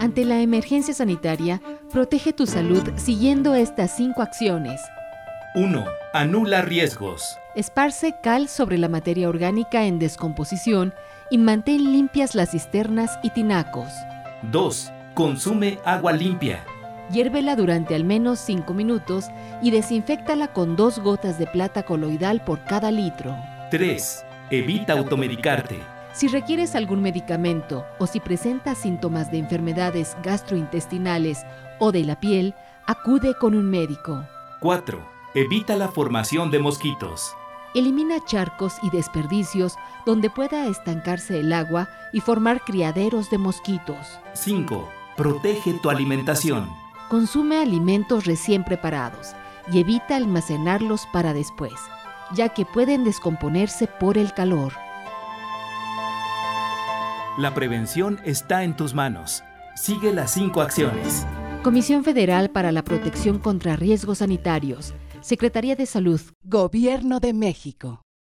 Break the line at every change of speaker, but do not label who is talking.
Ante la emergencia sanitaria, protege tu salud siguiendo estas cinco acciones.
1. Anula riesgos.
Esparce cal sobre la materia orgánica en descomposición y mantén limpias las cisternas y tinacos.
2. Consume agua limpia.
Hiérvela durante al menos 5 minutos y desinféctala con dos gotas de plata coloidal por cada litro.
3. Evita automedicarte.
Si requieres algún medicamento o si presentas síntomas de enfermedades gastrointestinales o de la piel, acude con un médico.
4. Evita la formación de mosquitos.
Elimina charcos y desperdicios donde pueda estancarse el agua y formar criaderos de mosquitos.
5. Protege tu alimentación.
Consume alimentos recién preparados y evita almacenarlos para después, ya que pueden descomponerse por el calor.
La prevención está en tus manos. Sigue las cinco acciones.
Comisión Federal para la Protección contra Riesgos Sanitarios, Secretaría de Salud,
Gobierno de México.